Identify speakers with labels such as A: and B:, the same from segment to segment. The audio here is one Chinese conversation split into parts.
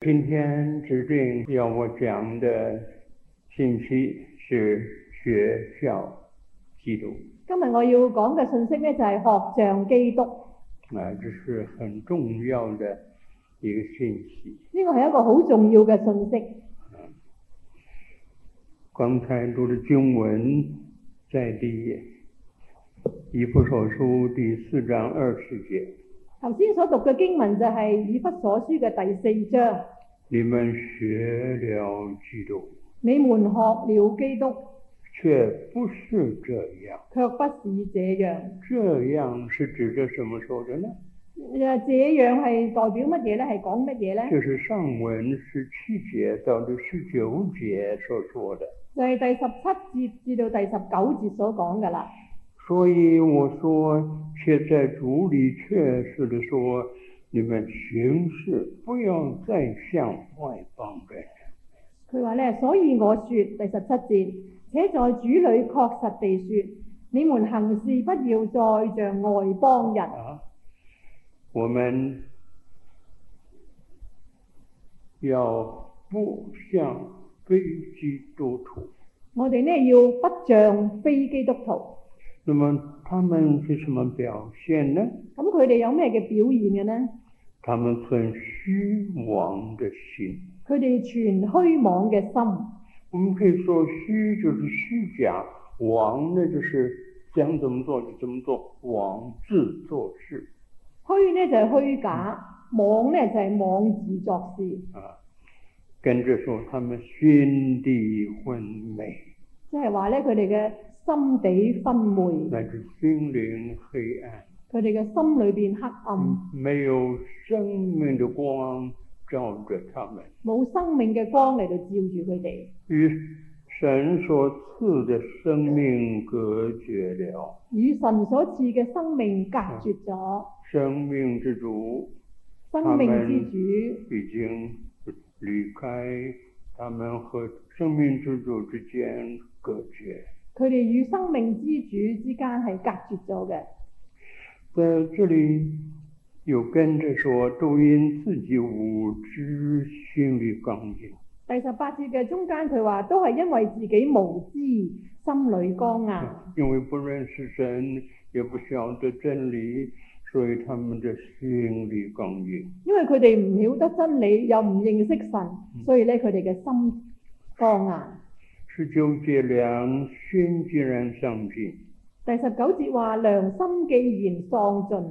A: 今天指定要我讲的信息是学校基督，
B: 今日我要講嘅信息呢，就係學像基督，
A: 啊，这是很重要的一个信息。
B: 呢個係一個好重要嘅信息。
A: 刚才读的经文在第以弗所书第四章二十节，
B: 頭先所讀嘅經文就係以弗所書嘅第四章，
A: 你们学了基督，
B: 你們學了基督，
A: 却不是这样。
B: 卻不是這樣。
A: 这样是指着什么说的呢？
B: 誒，這樣係代表乜嘢呢？係講乜嘢呢？
A: 就是上文十七节到这十九节所说的。
B: 就係第十七節至到第十九節所講㗎啦。
A: 所以我说，且在主里确实的说，你们行事不要再向外邦人。
B: 佢話呢，所以我說第十七節，且在主裏確實地說，你們行事不要再像外邦人。
A: 啊，我们要不像非基督徒。
B: 我哋呢要不像非基督徒，
A: 那么他们是什么表现呢？
B: 咁佢哋有咩嘅表現嘅呢？
A: 他们存虚妄的心。
B: 佢哋全虛妄嘅心，
A: 我们可以说，虚就是虚假，妄呢就是想怎么做就怎么做，妄自做事。
B: 虛呢就係、虛假，妄呢就係、妄自作事，
A: 啊，跟着说他们心地昏昧，
B: 即係話呢，佢哋嘅心地昏昧，
A: 乃至心灵黑暗，
B: 佢哋嘅心裏邊黑暗，
A: 没有生命的光照着他们，
B: 冇生命嘅光嚟到照住佢哋，
A: 与神所赐的生命隔绝了。
B: 與神所賜嘅生命隔絕咗，
A: 生命之主
B: 生命之主
A: 已经离开他们和生命之主之间隔绝。
B: 佢哋與生命之主之間係隔絕咗嘅。
A: 在这里有跟着说，都因自己无知，心里刚硬。
B: 第十八節嘅中間，佢話都係因為自己無知，心裏剛硬，
A: 因为不认识神，也不晓得真理，所以他们的心里刚硬。
B: 因為佢哋唔曉得真理，又唔認識神，所以咧佢哋嘅心剛硬。
A: 十九节良心既然丧尽，
B: 第十九節話良心既然喪盡，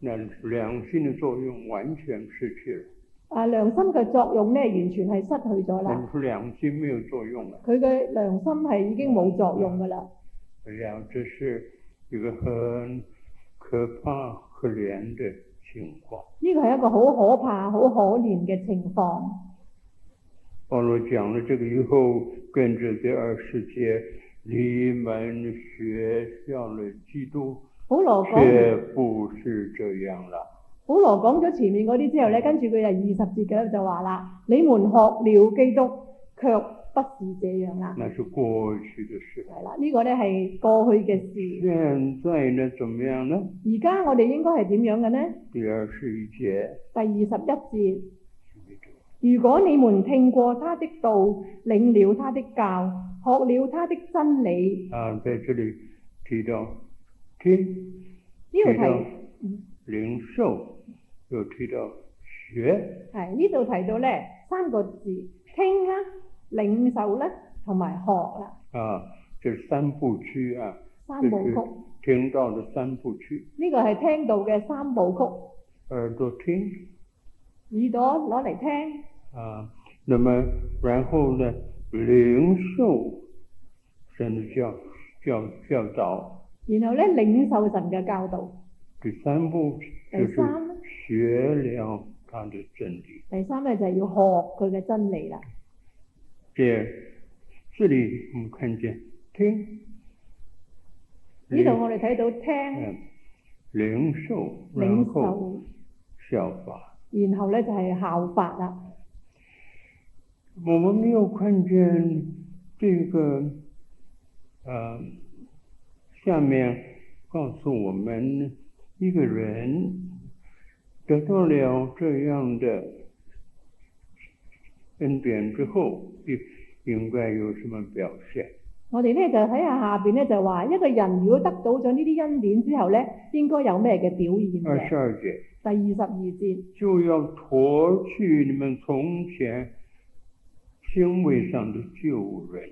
A: 那良心的作用完全失去了，
B: 啊良心嘅作用咧完全係失去咗啦，
A: 但是良心没有作用了。
B: 佢嘅良心係已經冇作用噶啦。
A: 两这是一个很可怕、可怜的情况。
B: 呢個係一個好可怕、好可憐嘅情況。
A: 保罗讲了这个以后，跟着第二十节，你们学校了基督，
B: 保羅
A: 却
B: 講，
A: 不是这样了。
B: 保羅講咗前面嗰啲之後咧，跟住佢就二十節嘅就話啦：你們學了基督，卻不是這樣啦。
A: 那是过去的事。
B: 係啦，呢、個咧係過去嘅事。
A: 现在呢，怎么样呢？
B: 而家我哋應該係點樣嘅呢？
A: 第二十一节，
B: 第二十一節，如果你們聽過他的道，領了他的教，學了他的真理，
A: 啊，在这里提到听，
B: 呢度
A: 提到
B: 提
A: 零售，又提到学，
B: 係呢度提到呢三個字：聽啦、領受啦，同埋學啦，
A: 啊，这是三部曲啊，
B: 三
A: 这
B: 部
A: 是
B: 曲。
A: 听到的三部曲，
B: 呢個係聽到嘅三部曲，
A: 耳朵听。
B: 耳朵攞嚟聽，
A: 啊，那么然后呢，零售神的教教教导，
B: 然後呢領受神嘅教導。
A: 第三步就
B: 第
A: 是
B: 三呢
A: 学了他的真理。
B: 第三呢就係要學佢嘅真理啦。
A: 这这里我们看见听，
B: 呢度
A: 领
B: 我哋睇到聽、
A: 嗯，零售，然
B: 領
A: 后
B: 受，
A: 效法。
B: 然後呢就係效法啦。
A: 我们没有看见这个，呃，下面告诉我们一个人得到了这样的恩典之后，就应该有什么表现？
B: 我哋咧就睇下下邊咧就話一個人如果得到咗呢啲恩典之後咧，應該有咩嘅表現
A: 二
B: 嘅
A: 十？二节
B: 第二十二節，
A: 就要脱去你们从前行为上的旧人，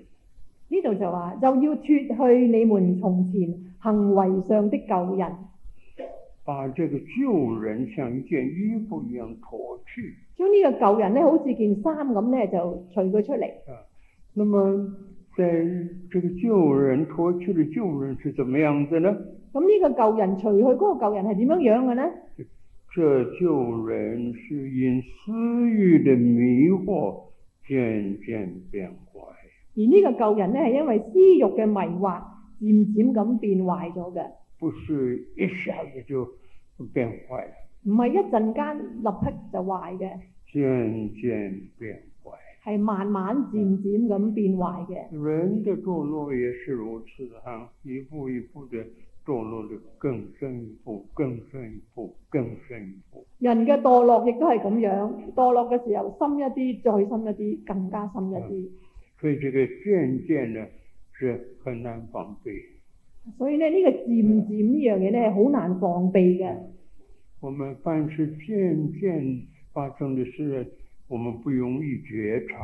B: 呢度就話就要脱去你們從前行為上的舊人，
A: 把这个旧人像一件衣服一样脱去。
B: 將呢個舊人咧好似件衫咁咧就除佢出嚟。
A: 那么，在这个旧人脱去的旧人是怎么样子呢？
B: 咁呢個舊人除去嗰個舊人係點樣樣嘅咧？
A: 这旧人是因私欲的迷惑渐渐变坏。
B: 而呢個舊人咧係因為私欲嘅迷惑，漸漸咁變壞咗嘅，
A: 不是一下子就变坏了，
B: 唔係一陣間立刻就壞嘅，
A: 渐渐变坏。
B: 係慢慢漸漸咁變壞嘅。
A: 人的堕落也是如此啊，一步一步的堕落的更深一步，更深一步，更深一步。
B: 人嘅墮落亦都係咁樣，墮落嘅時候深一啲，再深一啲，更加深一啲。
A: 所以这个渐渐呢是很难防备。
B: 所以咧，呢、個漸漸呢樣嘢咧係好難防備嘅。
A: 我们凡是渐渐发生的事，我们不容易觉察。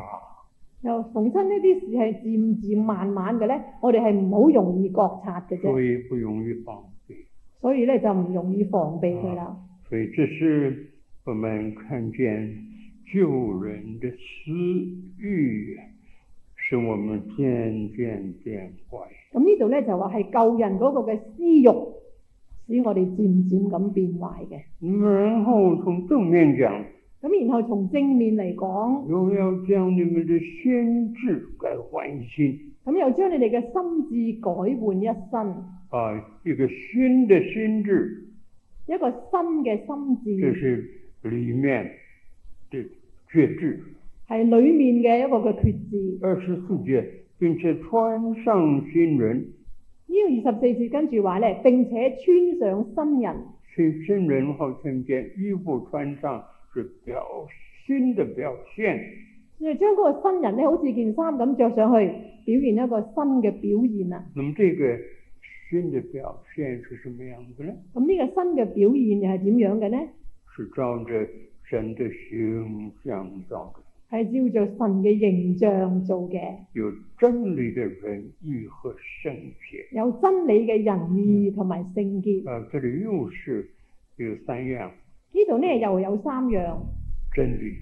B: 又逢親呢啲事係漸漸慢慢嘅咧，我哋係唔好容易覺察嘅啫
A: 所，以不容易防备。
B: 所以咧就唔容易防備佢啦。
A: 所以这是我们看见救人的私欲，使我们渐渐变坏。
B: 咁呢度咧就話係救人嗰個嘅私欲，使我哋漸漸咁變壞嘅。
A: 那么然后从正面讲，
B: 咁然後從正面嚟講，
A: 又要将你们的心智改换新，
B: 咁又將你哋嘅心智改換一新，
A: 啊，一个新的心智，
B: 一個新嘅心
A: 这
B: 智
A: 是里面的觉知。
B: 係裡面嘅一個嘅決志。
A: 二十四节，并且穿上新人，
B: 呢個二十四節跟住話咧，並且穿上新人。
A: 新新人好听见，衣服穿上是表新的表现。
B: 你哋將嗰個新人咧，好似件衫咁着上去，表現一個新嘅表現啊！
A: 那么这个新的表现是什么样子呢？
B: 咁呢個新嘅表現又係點樣嘅呢？
A: 是照着神的形象造的，
B: 係照着神嘅形象做嘅，
A: 有真理的仁义和圣洁。
B: 有真理嘅仁義同埋聖潔。
A: 啊，这里又是有三样
B: 呢度呢又有三樣
A: 真理，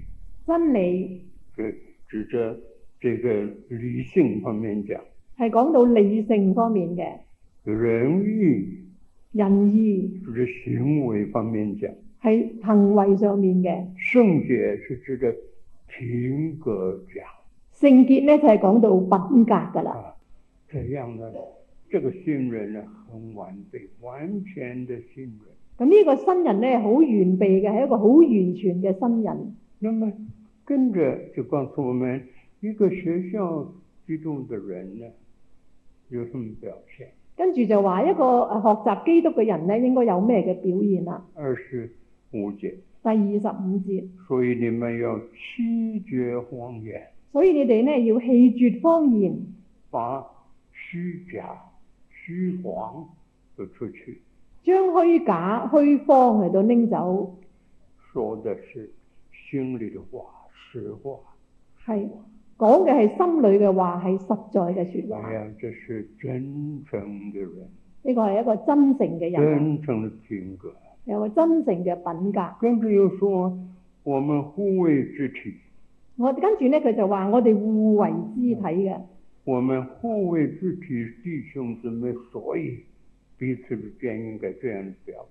B: 真理，
A: 这指着这个理性方面讲，
B: 係講到理性方面嘅
A: 仁义
B: 仁義，
A: 指着行为方面讲。
B: 係行為上面嘅
A: 圣洁是指的品格讲
B: 聖潔呢就係講到品格㗎啦。
A: 啊，这样呢，这个新人呢很完备，完全的新人。
B: 咁呢個新人呢，好完備嘅，係一個好完全嘅新人。
A: 那么跟着就告诉我们，一个学校居住的人呢，有什么表现？
B: 跟住就話一個呃學習基督嘅人呢，應該有咩嘅表現啦？
A: 二十五节，
B: 第二十五節，
A: 所以你们要弃绝谎言，
B: 所以你哋呢，要棄絕方言，
A: 把虚假、虚谎都出去，
B: 將虛假、虛謊嚟到拎走。
A: 说的是心里的话，实话。
B: 係講嘅係心裏嘅話，係實在嘅説話
A: 哎。呀，这是真诚的人，
B: 呢個係一個真誠嘅人，
A: 真诚的品格。
B: 有個真誠嘅品格。
A: 跟着又说，我们互为肢体，
B: 我跟住呢，佢就話我哋互為肢體嘅，
A: 我们互为肢体，弟兄姊妹，所以彼此之间应该这样表现。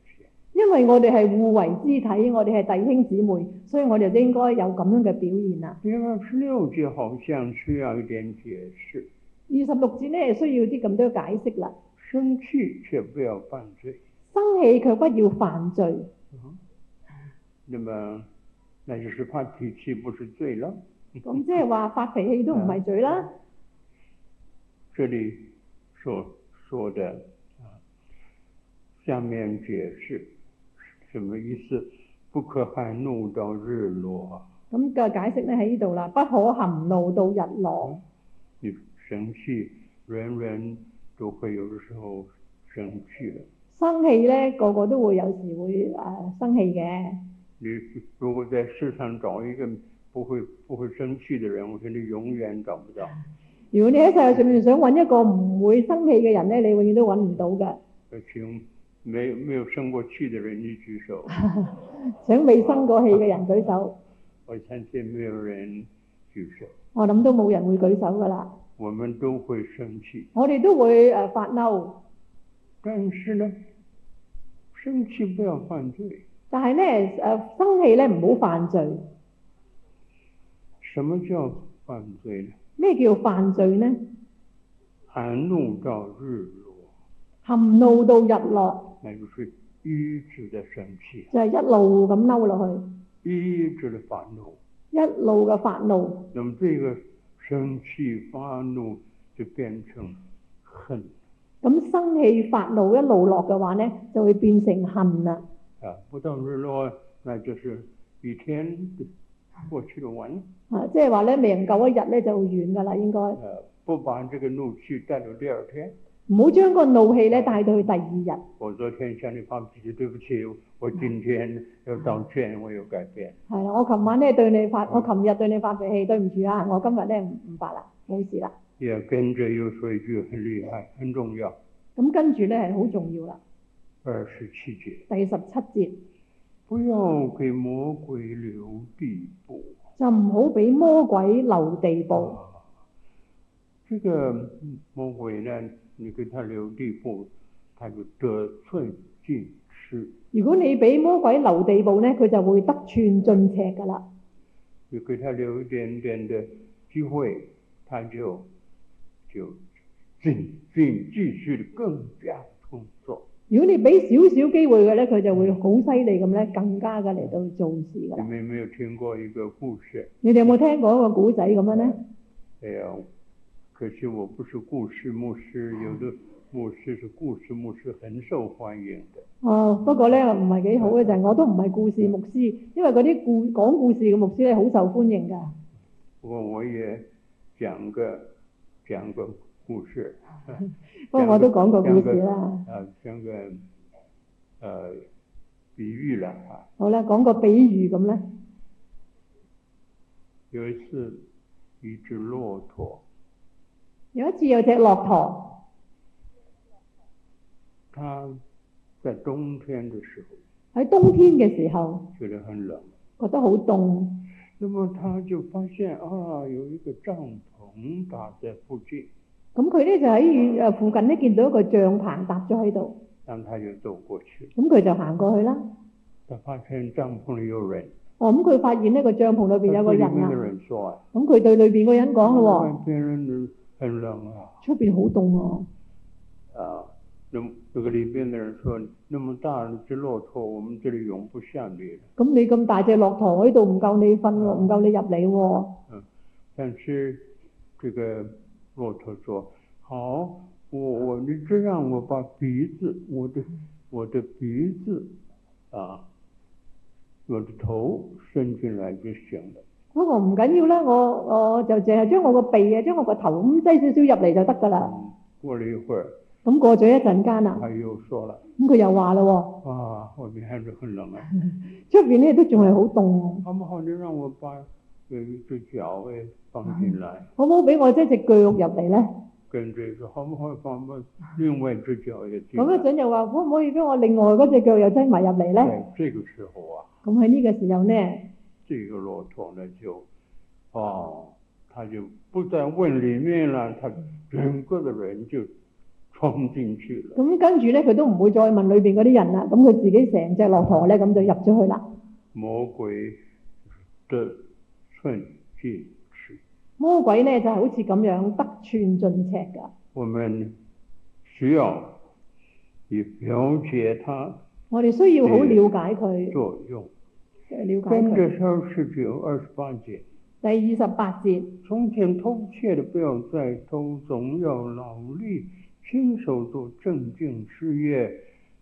B: 因為我哋係互為肢體，我哋係弟兄姊妹，所以我哋就應該有咁樣嘅表 現啦。
A: 第二十六节好像需要一点解释：
B: 二十六節呢，需要啲咁多解釋啦。
A: 生气却不要犯罪。
B: 生氣卻不要犯罪，
A: 那么，那就是发脾气不是罪了。
B: 咁即係話發脾氣都唔係罪啦。
A: 这里所说的啊，下面解释什么意思？不可撼怒到日落，
B: 咁嘅解釋咧喺呢度啦，不可含怒到日落。
A: 你生气，人人都会有的时候生气的。
B: 生氣咧，個個都會有時會誒、呃生氣嘅。
A: 你如果在世上找一个不会不会生气的人，我觉得你永远找不到。
B: 如果你喺世界上面想揾一個唔會生氣嘅人咧，你永遠都揾唔到嘅。
A: 呃请没有没有生过气的人，你举手。
B: 請未生過氣嘅人舉手，
A: 我相信没有人举手。
B: 我諗都冇人會舉手噶啦。
A: 我们都会生气，
B: 我哋都會誒、呃、發嬲，
A: 但是呢，生气不要犯罪。
B: 但係咧誒生氣咧唔好犯罪。
A: 什么叫犯罪呢？
B: 咩叫犯罪呢？
A: 含怒到日落，
B: 含怒到日落，
A: 那就是一直的生气，
B: 就係、一路咁嬲落去，
A: 一直的发怒。
B: 一路嘅發怒。
A: 那么这个生气发怒就变成恨
B: 咁生氣發怒一路落嘅話咧，就會變成恨啦。
A: 啊，不到日落那就是一天就过去了完了。
B: 啊，即係話咧，未能夠一日咧就完㗎啦，應該
A: 呃，不把这个怒气带到第二天。
B: 唔好將個怒氣咧帶到去第二日。
A: 我昨天向你发脾气，对不起，我今天要道歉，我有改变。
B: 係啦，我琴晚咧對你發，我琴日對你發脾氣，對唔住啊，我今日咧唔唔發啦，冇事啦。
A: 也跟着又说一句很厉害、很重要，
B: 咁跟住咧係好重要啦，
A: 二十七节，
B: 第十七節
A: 不要给魔鬼留地步。
B: 就唔好俾魔鬼留地步。
A: 这个魔鬼呢，你给他留地步，他就得寸进尺；
B: 如果你俾魔鬼留地步咧，佢就會得寸進尺㗎啦。
A: 你给他留一点点的机会，他就就进进继续的更加冲撞。
B: 如果你俾少少機會嘅咧，佢就會好犀利咁咧，更加嘅嚟到做事㗎
A: 你
B: 啦。
A: 们有没有听过一个故事？
B: 你哋有冇聽過一個古仔咁樣咧？
A: 哎呀，可惜我不是故事牧师，有的牧师是故事牧师，很受欢迎的。
B: 哦，不過咧唔係幾好嘅就係、我都唔係故事牧師，因為嗰啲故講故事嘅牧師咧好受歡迎㗎。
A: 不过我也讲个讲个故事，
B: 不哦過我都講過故事啦。
A: 啊，讲个呃比喻了哈、
B: 好啦，講個比喻咁咧，
A: 有一次，一只骆驼，
B: 有一次有隻駱駝，
A: 它在冬天的时候
B: 喺冬天嘅時候
A: 觉得很冷，
B: 覺得好凍，
A: 那么它就发现啊，有一个帐篷搭在附近，
B: 咁佢咧就喺遠誒附近咧見到一個帳篷搭咗喺度，
A: 让它就走过去了。
B: 咁佢就行過去啦。
A: 它发现帐篷里有人，
B: 哦，咁佢發現呢個帳篷裏邊有個
A: 它对里
B: 人
A: 面的
B: 啊，
A: 人说啊，
B: 咁佢對裏邊嗰人講咯
A: 外边人很冷啊。
B: 喎，出邊好凍喎，
A: 啊，那么那个里面的人说，那么大的只骆驼，我们这里容不下你了。
B: 咁你咁大隻駱駝，我呢度唔夠你瞓喎，唔夠你入嚟喎。
A: 但是这个骆驼说，好，我我你这让我把鼻子，我的我的鼻子啊，我的头伸进来就行了。
B: 不過唔緊要啦，我我就淨係將我個鼻啊，將我個頭咁擠少少入嚟就得㗎啦。
A: 嗯，过了一会儿，
B: 咁過咗一陣間啦，
A: 他又说了，
B: 咁佢又話啦喎，
A: 啊，外面还是很冷啊。
B: 出邊咧都仲係好凍喎，
A: 好不好？你让我把呃一只脚哎放进来。
B: 可唔可以俾我即只腳入嚟咧？
A: 跟这个好不好放把另外一只脚也进
B: 咁
A: 来
B: 一？陣又話可唔可以俾我另外嗰只腳又擠埋入嚟咧？
A: 在这个时候啊，
B: 咁喺呢個時候咧，
A: 这个骆驼呢就，哦，他就不再问里面了，他整个的人就冲进去了。
B: 咁跟住咧佢都唔會再問裏邊嗰啲人啦，咁佢自己成隻駱駝咧咁就入咗去啦。
A: 魔鬼的寸进尺，
B: 魔鬼咧就係好似咁樣得寸進尺㗎，
A: 我们需要以了解它
B: 我哋需要好了解佢，
A: 作用。
B: 了解
A: 跟
B: 佢。
A: 着二十九、二十八节。
B: 第二十八節。
A: 从前偷窃的不要再偷，总要努力，亲手做正经事业，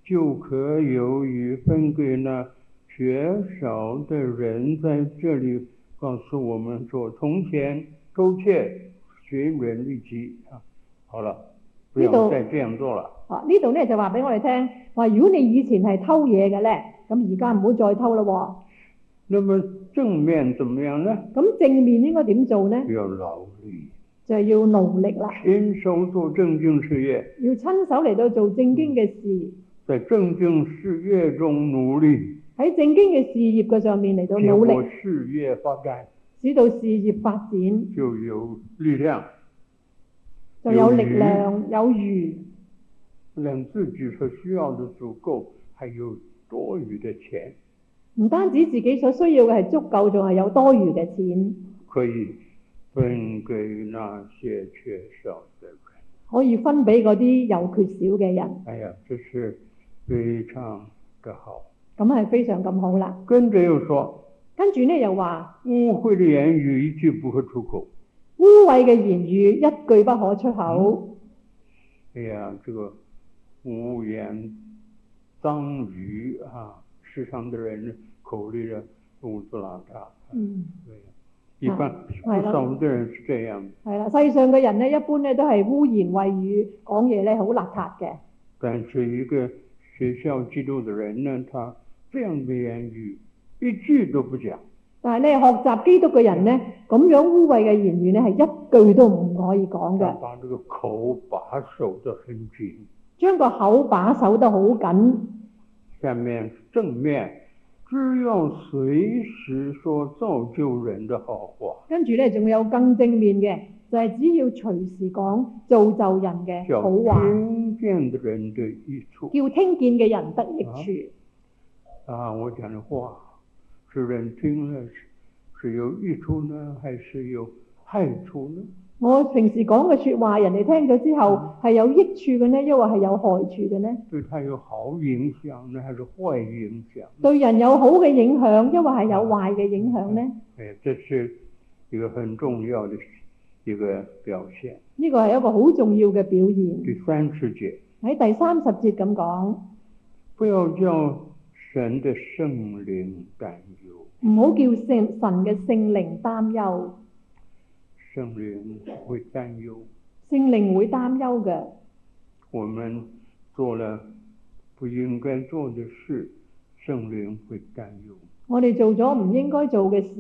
A: 就可有余分给那缺少的人。在这里告诉我们说，从前周切学人律己啊，好了，不
B: 呢度
A: 要再这样做了。
B: 啊，呢度咧就話俾我哋聽，話如果你以前係偷嘢嘅咧，咁而家唔好再偷啦喎。
A: 那么正面怎么样呢？
B: 咁正面應該點做呢？
A: 要劳力，
B: 就係要努力啦，
A: 亲手做正经事业，
B: 要親手嚟到做正經嘅事，
A: 在正经事业中努力，
B: 喺正經嘅事業嘅上面嚟到
A: 结果
B: 努力，
A: 事业发展
B: 使到事業發展
A: 就有力量，
B: 就有力
A: 有餘
B: 量有餘，
A: 让自己所需要的足够，还有多余的钱，
B: 唔單止自己所需要嘅係足夠，仲係有多餘嘅錢
A: 可以分给那些缺少的人。
B: 可以分俾嗰啲有缺少嘅人，
A: 哎呀，这是非常的好。
B: 咁係非常咁好啦。
A: 跟着又说，
B: 跟住呢，又話
A: 污秽的言语一句不可出口。
B: 污穢嘅言語一句不可出口。
A: 哎呀，这个污言脏语啊，世上的人口啊里的污渍邋遢。
B: 嗯，
A: 对呀，一般
B: 哎
A: 不少的人是这样，
B: 係啦，世上嘅人咧，一般咧都係污言穢語，講嘢咧好邋遢嘅。
A: 但是一个学校基督的人呢，他这样的言语一句都不讲，
B: 但係咧，學習基督嘅人咧，咁樣污穢嘅言語咧係一句都唔可以講
A: 他
B: 嘅，
A: 把这个口把守得很紧。
B: 將個口把守得好緊。
A: 下面正面，只要随时说造就人的好话，
B: 跟住咧，仲有更正面嘅，就係、只要隨時講造就人嘅
A: 叫
B: 好話，
A: 听见的人的益处
B: 叫聽見嘅人得益處。
A: 啊！我讲的话是人听了是是有益处呢，还是有害处呢？
B: 我平時講嘅説話，人哋聽咗之後係有益處嘅呢，抑或係有害處嘅呢？
A: 对他有好影響呢，还是坏影響呢？
B: 對人有好嘅影響，抑或係有壞嘅影響呢？
A: 哎，这是一个很重要的一个表现。
B: 呢個係一個好重要嘅表現。
A: 第三十节，
B: 喺第三十節咁講，
A: 不要叫神的圣灵担忧。
B: 唔好叫聖神嘅聖靈擔憂，
A: 圣灵会担忧。
B: 聖靈會擔憂嘅。
A: 我们做了不应该做的事，圣灵会担忧。
B: 我哋做咗唔應該做嘅事，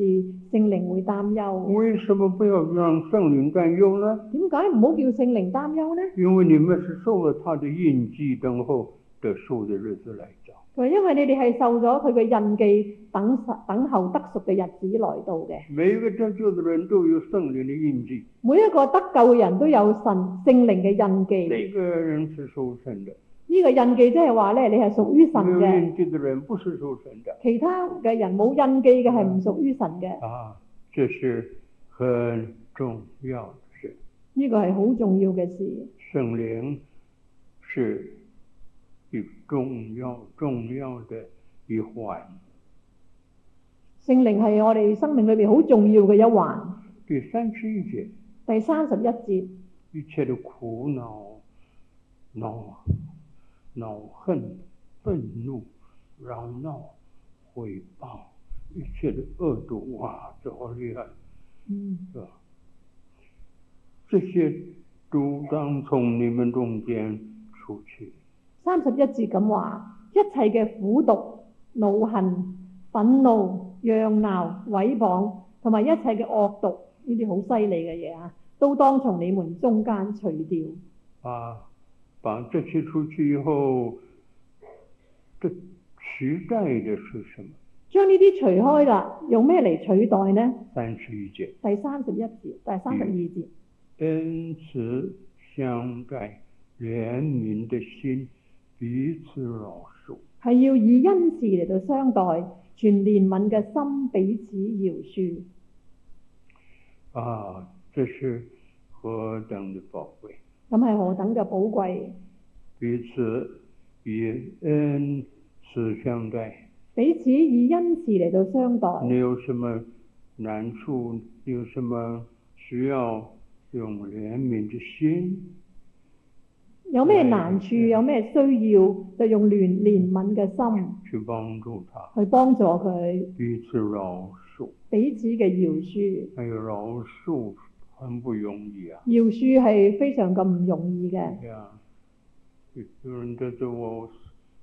B: 聖靈會擔憂。
A: 为什么不要让圣灵担忧呢？
B: 點解唔好叫聖靈擔憂呢？
A: 因为你们是受了他的印记，等候得受的日子来到。
B: 佢話因為你哋係受咗佢嘅印記，等等候得贖嘅日子來到嘅。
A: 每一个得救的人都有圣灵的印记，
B: 每一個得救嘅人都有神聖靈嘅印記。
A: 这个人是受神的，
B: 呢、個印記即係話咧，你係屬於神
A: 没有
B: 嘅，
A: 印记的人不是受神的
B: 其他嘅人冇印記嘅係唔屬於神嘅。
A: 啊，这是很重要的事。
B: 呢個係好重要嘅事。
A: 圣灵是一重要重要的一环。
B: 聖靈係我哋生命裏邊好重要嘅一環。
A: 第三十一节，
B: 第三十一節，
A: 一切的苦恼、恼、恼恨、愤怒、扰闹、毁谤，一切的恶毒，哇，这好厉害，
B: 嗯，
A: 是吧？这些都当从你们中间除去。
B: 三十一節咁話，一切嘅苦毒、怒恨、憤怒、嚷鬧、毀謗，同埋一切嘅惡毒，呢啲好犀利嘅嘢啊，都當從你們中間除掉。
A: 啊，把这些出去以后，这取代的是什么？
B: 將呢啲除開啦，用咩嚟取代呢？
A: 三十一节，
B: 第三十一節，第三十二節，
A: 恩慈相待，怜悯的心彼此饶恕。
B: 係要以恩慈嚟到相待，全憐憫嘅心彼此饒恕。
A: 啊，这是何等的宝贵！
B: 咁係何等嘅寶貴，
A: 彼此以恩慈相待，
B: 彼此以恩慈嚟到相待。
A: 你有什么难处，你有什么需要，用怜悯的心
B: 有咩難處，
A: 嗯
B: 有咩需要，就用憐憐憫嘅心
A: 去帮助他。
B: 去幫助佢，
A: 彼此饶恕，恕，
B: 彼此嘅饒恕。
A: 那个饶恕很不容易啊。
B: 饒恕係非常咁唔容易嘅。
A: 呀，有有人在这我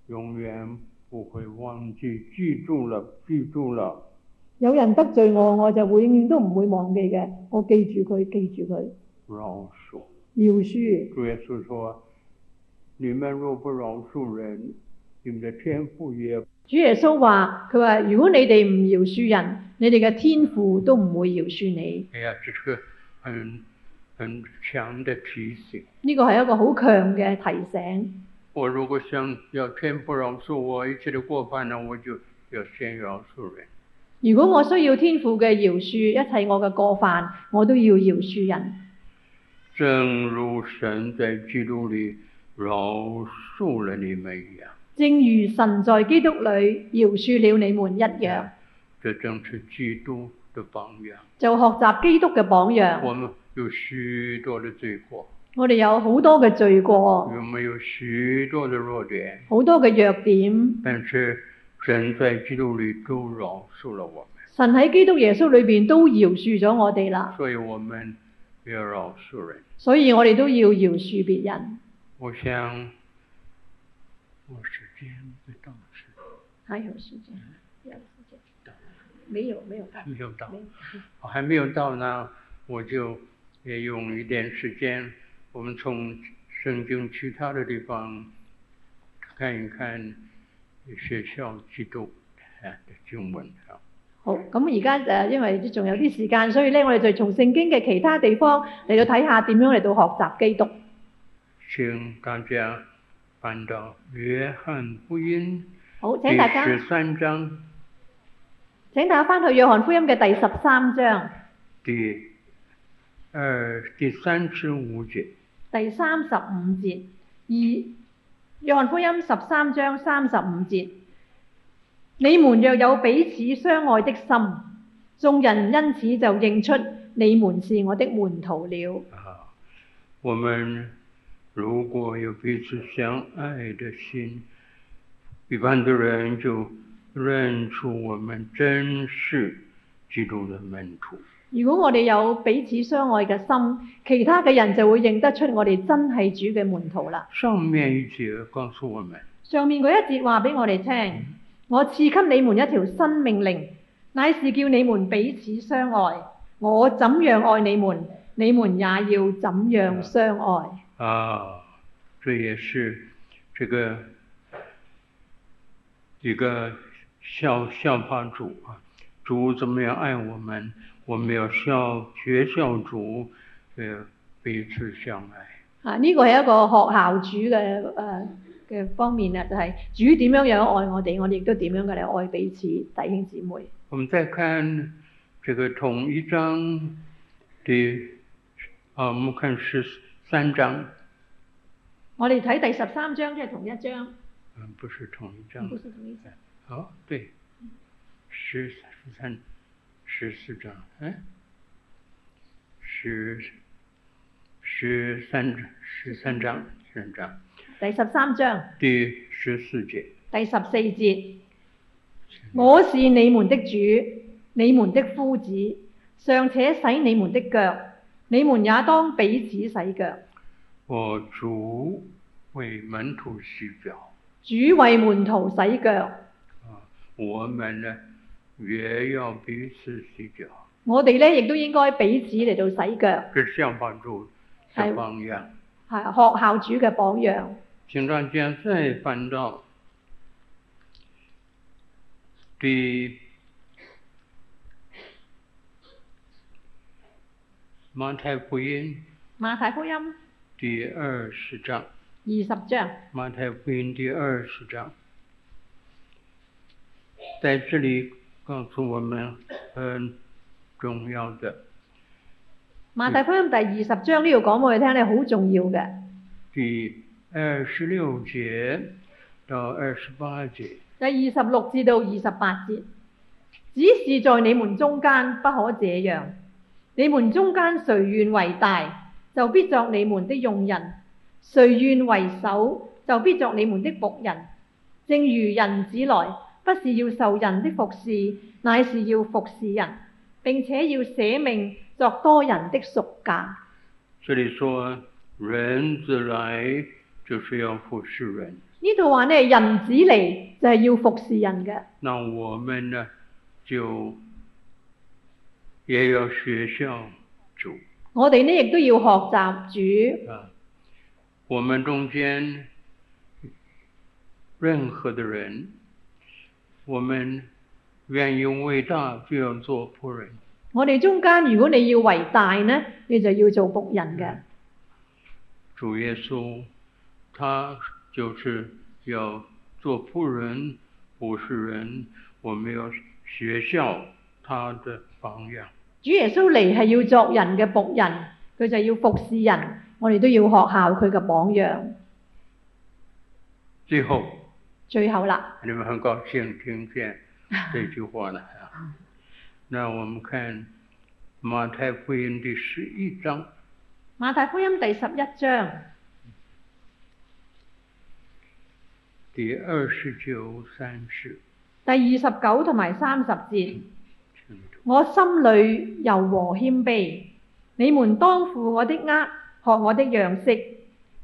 A: 永远不会忘记，记住了，记住了。
B: 有人得罪我，我就會永遠都唔會忘記嘅。我記住佢，記住佢，
A: 饶恕。
B: 饒恕。
A: 主耶稣说：“你们若不饶恕人，你们的天父也
B: 主耶穌話：佢話如果你哋唔饒恕人，你哋嘅天父都唔會饒恕你。
A: 哎呀，这是个很很强的提醒。
B: 呢個係一個好強嘅提醒。
A: 我如果想要天父饶恕我一切的过犯呢，我就要先饶恕人。
B: 如果我需要天父嘅饒恕，一切我嘅過犯，我都要饒恕人。
A: 正如神在基督里饶恕了你们一样，
B: 正如神在基督裏饒恕了你們一樣，
A: 这正是基督的榜样。
B: 就學習基督嘅榜
A: 我
B: 樣。
A: 们有许多的罪过，
B: 我哋有好多嘅罪過，
A: 我们有许多的弱点，
B: 好多嘅弱點。
A: 但是神在基督里都饶恕了我们，
B: 神喺基督耶穌裏邊都饒恕咗我哋啦，
A: 所以我们要饶恕人。
B: 所以我哋都要饒恕別人。
A: 我想，我时间不到是
B: 還哎有時間，有時間，沒有沒有
A: 还没有到
B: 沒有，
A: 我哦还没有到呢，我就也用一点时间，我们从圣经其他的地方看一看学校基督啊的经文啊。
B: 好，咁而家誒，因為仲有啲時間，所以咧，我哋就從聖經嘅其他地方嚟到睇下點樣嚟到學習基督。
A: 请大家翻到《约翰福音
B: 好，》請大家
A: 第十三章
B: 請大家翻去約翰福音嘅第十三章
A: 第二第三十五节。
B: 第三十五節，二約翰福音十三章三十五節。你們若有彼此相愛的心，眾人因此就認出你們是我的門徒了。
A: 啊，我们如果有彼此相爱的心，一般的人就认出我们真是基督的门徒。
B: 如果我哋有彼此相愛嘅心，其他嘅人就會認得出我哋真係主嘅門徒啦。
A: 上面一节告诉我们，
B: 上面嗰一節話俾我哋聽：我賜給你們一條新命令，乃是叫你們彼此相愛。我怎樣愛你們，你們也要怎樣相愛。
A: 啊，这也是这个一个效效法主啊，主怎么样爱我们，我们要效学效主，呃，彼此相爱。
B: 啊，呢個係一個學校主嘅誒嘅方面啊，就係、主點樣樣愛我哋，我哋亦都點樣嘅嚟愛彼此弟兄姊妹。
A: 我们再看这个同一章的啊，我们看十三章，
B: 我哋睇第十三章即係同一章，
A: 嗯，不是同一章
B: 不，是同一章
A: 哦，对，十十三、十四章，哎，十十三十三章，十三章
B: 第十三章
A: 第十四节，
B: 第十四節。我是你們的主，你們的夫子，尚且洗你們的腳，你們也當彼此洗腳。
A: 我主为门徒洗脚，啊
B: 主為門徒洗腳，
A: 我们呢也要彼此洗脚。
B: 我哋咧亦都應該彼此嚟到洗腳，
A: 这是要帮助
B: 哎
A: 的榜样。
B: 係學校主嘅榜樣。
A: 请大家再翻到第马太福音
B: 馬太福音
A: 第二十章，
B: 二十章，
A: 马太福音第二十章，在这里告诉我们很重要的
B: 馬太福音第二十章呢度講俾我哋聽咧，好重要嘅。
A: 第二十六节到二十八节。
B: 第二十六至到二十八節，只是在你們中間不可這樣。你們中間誰願為大，就必作你們的用人；誰願為首，就必作你們的仆人。正如人子來，不是要受人的服侍，乃是要服侍人，並且要捨命作多人的贖價。
A: 这里说人子来就是要服侍人，
B: 呢度話呢，人子嚟就係要服侍人嘅。
A: 那我们呢就也要学效主
B: 我哋呢亦都要學習主，
A: 啊。我们中间任何的人，我们愿意为大就要做仆人。
B: 我哋中間如果你要為大呢，你就要做仆人嘅。
A: 主耶稣，他就是要做仆人、服侍人，我们要学效他的榜样。
B: 主耶穌嚟係要作人嘅仆人，佢就要服侍人，我哋都要學效佢嘅榜樣。
A: 最后，
B: 最後啦，
A: 你们很高兴听见这句话了啊。那我们看马太福音第十一章，
B: 馬太福音第十一章
A: 第二十九、三十，
B: 第二十九同埋三十節。
A: 请读
B: 我心里柔和謙卑，你們當負我的軛，學我的樣式，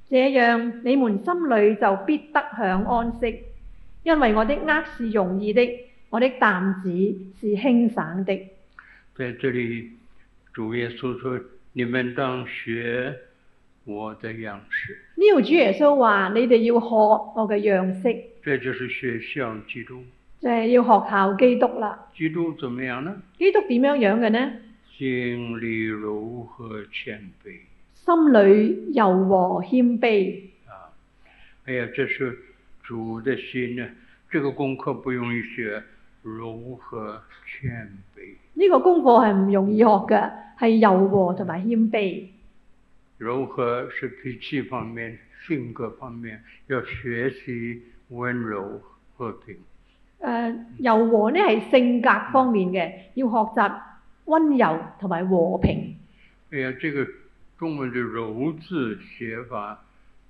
B: 這樣你們心里就必得享安息。因為我的軛是容易的，我的擔子是輕省的。
A: 在这里，主耶稣说：“你们当学我的样式。”
B: 呢度主耶穌話：你哋要學我嘅樣式，
A: 这就是学效基督。
B: 就係、要學效基督啦。
A: 基督怎么样呢？
B: 基督點樣樣嘅呢？
A: 心里柔和谦卑
B: 心里柔和謙卑。
A: 啊！哎呀，这是主的心呢。这个功课不容易学，柔和谦卑。
B: 呢、個功課係唔容易學嘅，係柔和同埋謙卑。
A: 柔和是脾气方面、性格方面，要学习温柔和平。
B: 誒、柔和呃呢係性格方面嘅，要學習温柔同埋和平。
A: 哎呀，这个中文的“柔”字写法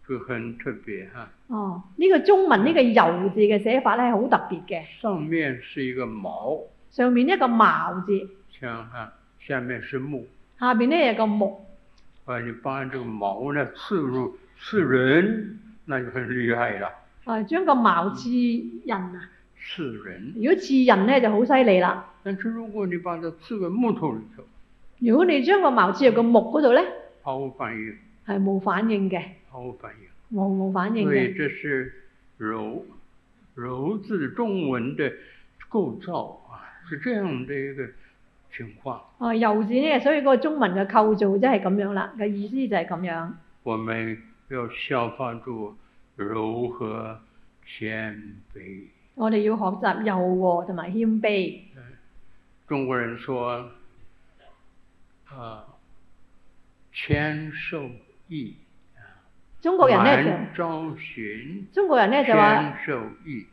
A: 就很特别哈、
B: 哦，呢、個中文呢、個柔字嘅寫法咧係好特別嘅，
A: 上面是一个毛，
B: 上面一個矛字，
A: 像哈、下面是木。
B: 下邊呢有個木。
A: 啊，你把这个毛呢刺入刺人，那就很厉害了。
B: 啊，將個矛刺人啊！
A: 刺人，
B: 如果刺人咧就好犀利啦。
A: 但是如果你把它刺个木头里头，
B: 如果你將個矛刺入個木嗰度咧，
A: 毫无反应，
B: 係冇反應嘅，
A: 毫無反应。
B: 冇冇反應
A: 所以
B: 嘅。
A: 这是柔，柔字中文的构造啊，是这样的一个情况。
B: 啊，柔字呢，所以個中文嘅構造即係咁樣啦，嘅意思就係咁樣。
A: 我们要效法住柔和谦卑。
B: 我哋要學習柔和同埋謙卑。
A: 中国人说，啊，谦受益，
B: 中國人咧就
A: 满。招寻，
B: 中國人咧就話
A: 谦受益，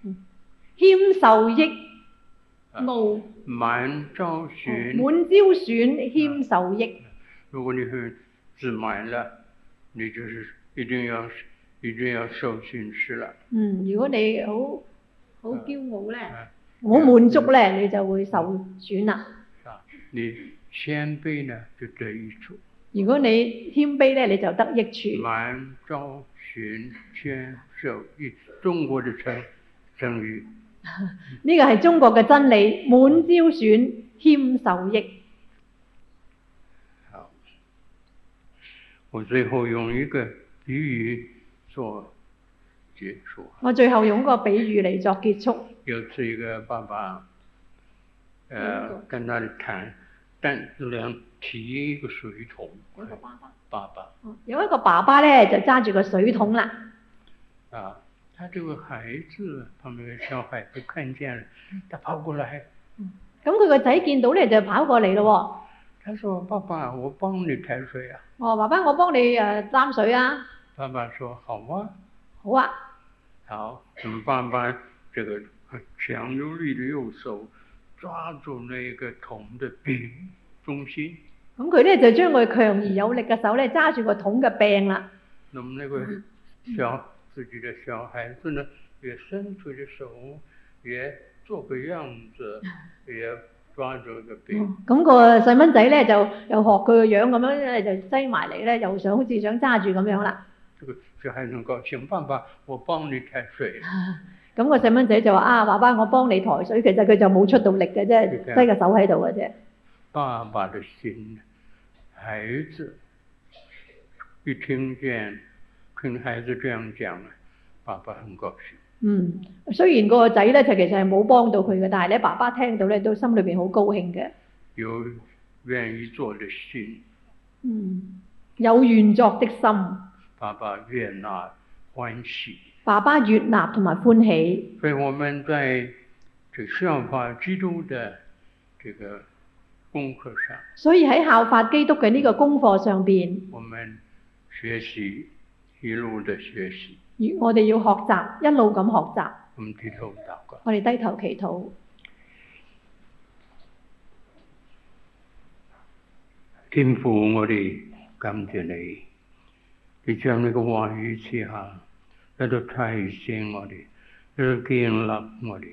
B: 謙受益
A: 啊
B: 傲，
A: 满招
B: 滿
A: 寻。
B: 招損
A: 啊
B: 謙受益。
A: 如果你是自满了，你就是一定要一定要受训斥了。
B: 嗯，如果你好好驕傲咧
A: 啊，
B: 好滿足咧，你就會受損啦。
A: 啊，你谦卑呢就得益处，
B: 如果你謙卑咧，你就得益處。
A: 满招寻，谦受益，中国的成成语。
B: 呢個係中國嘅真理，滿招損謙受益。
A: 好，我最后用一个比喻做结束。
B: 我最後用一個比喻嚟作結束。
A: 有次一个爸爸，呃，跟他谈，但有人提一个水桶，
B: 爸爸，
A: 爸爸
B: 哦有一個爸爸咧就揸住個水桶啦。
A: 啊，他这个孩子旁边的小孩子看见了，他跑过来，
B: 咁佢個仔見到咧就跑過嚟咯
A: 他说：“爸爸，我帮你抬水啊。
B: 喎。哦我話爸爸，我幫你誒擔水啊。”
A: 爸爸说：“好啊，
B: 好啊。
A: 好。”我们爸爸这个很强有力的右手抓住那个桶的柄中心，
B: 咁佢咧就將佢強而有力嘅手咧揸住個桶嘅柄啦。
A: 那么那个小自己的小孩子呢，也伸出的手，也做个样子，也抓住个病。
B: 咁個細蚊仔咧就又學佢個樣咁樣咧，就擠埋嚟咧，又想好似想揸住咁樣啦。
A: 这个小孩能够想办法，我帮你抬水，
B: 咁、個細蚊仔就話：啊，爸爸，我幫你抬水。其實佢就冇出到力嘅啫，
A: 嘅
B: 擠個手喺度嘅啫。
A: 爸爸的心，孩子一听见听孩子这样讲，啊爸爸很高兴。
B: 嗯，雖然個仔咧就其實係冇幫到佢嘅，但係咧爸爸聽到咧都心裏邊好高興嘅。
A: 有愿意做的心，
B: 嗯，有願作的心，
A: 爸爸悦纳欢喜。
B: 爸爸悅納同埋歡喜。
A: 所以我们在这个效法基督的这个功课上，
B: 所以喺效法基督嘅呢個功課上邊，
A: 我们学习一路的学习，
B: 越我哋要學習，一路咁學習。
A: 我们低头祷告。
B: 我哋低頭祈禱。
A: 天父，我哋感謝你，你將你嘅話語賜下，喺度提醒我哋，喺度建立我哋，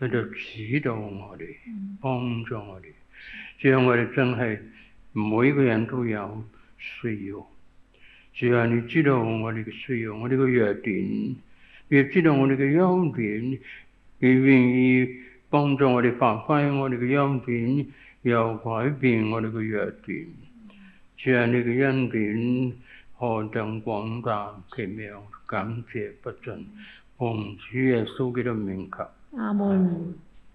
A: 喺度指導我哋，幫助我哋，讓我哋真係每個人都有需要。主啊，你知道我哋嘅需要，我哋嘅弱點，你亦知道我哋嘅優點，你願意幫助我哋發揮我哋嘅優點，又改變我哋嘅弱點。主啊，你嘅恩典何等廣大奇妙，感謝不盡。奉主耶穌基督名求，
B: 阿門。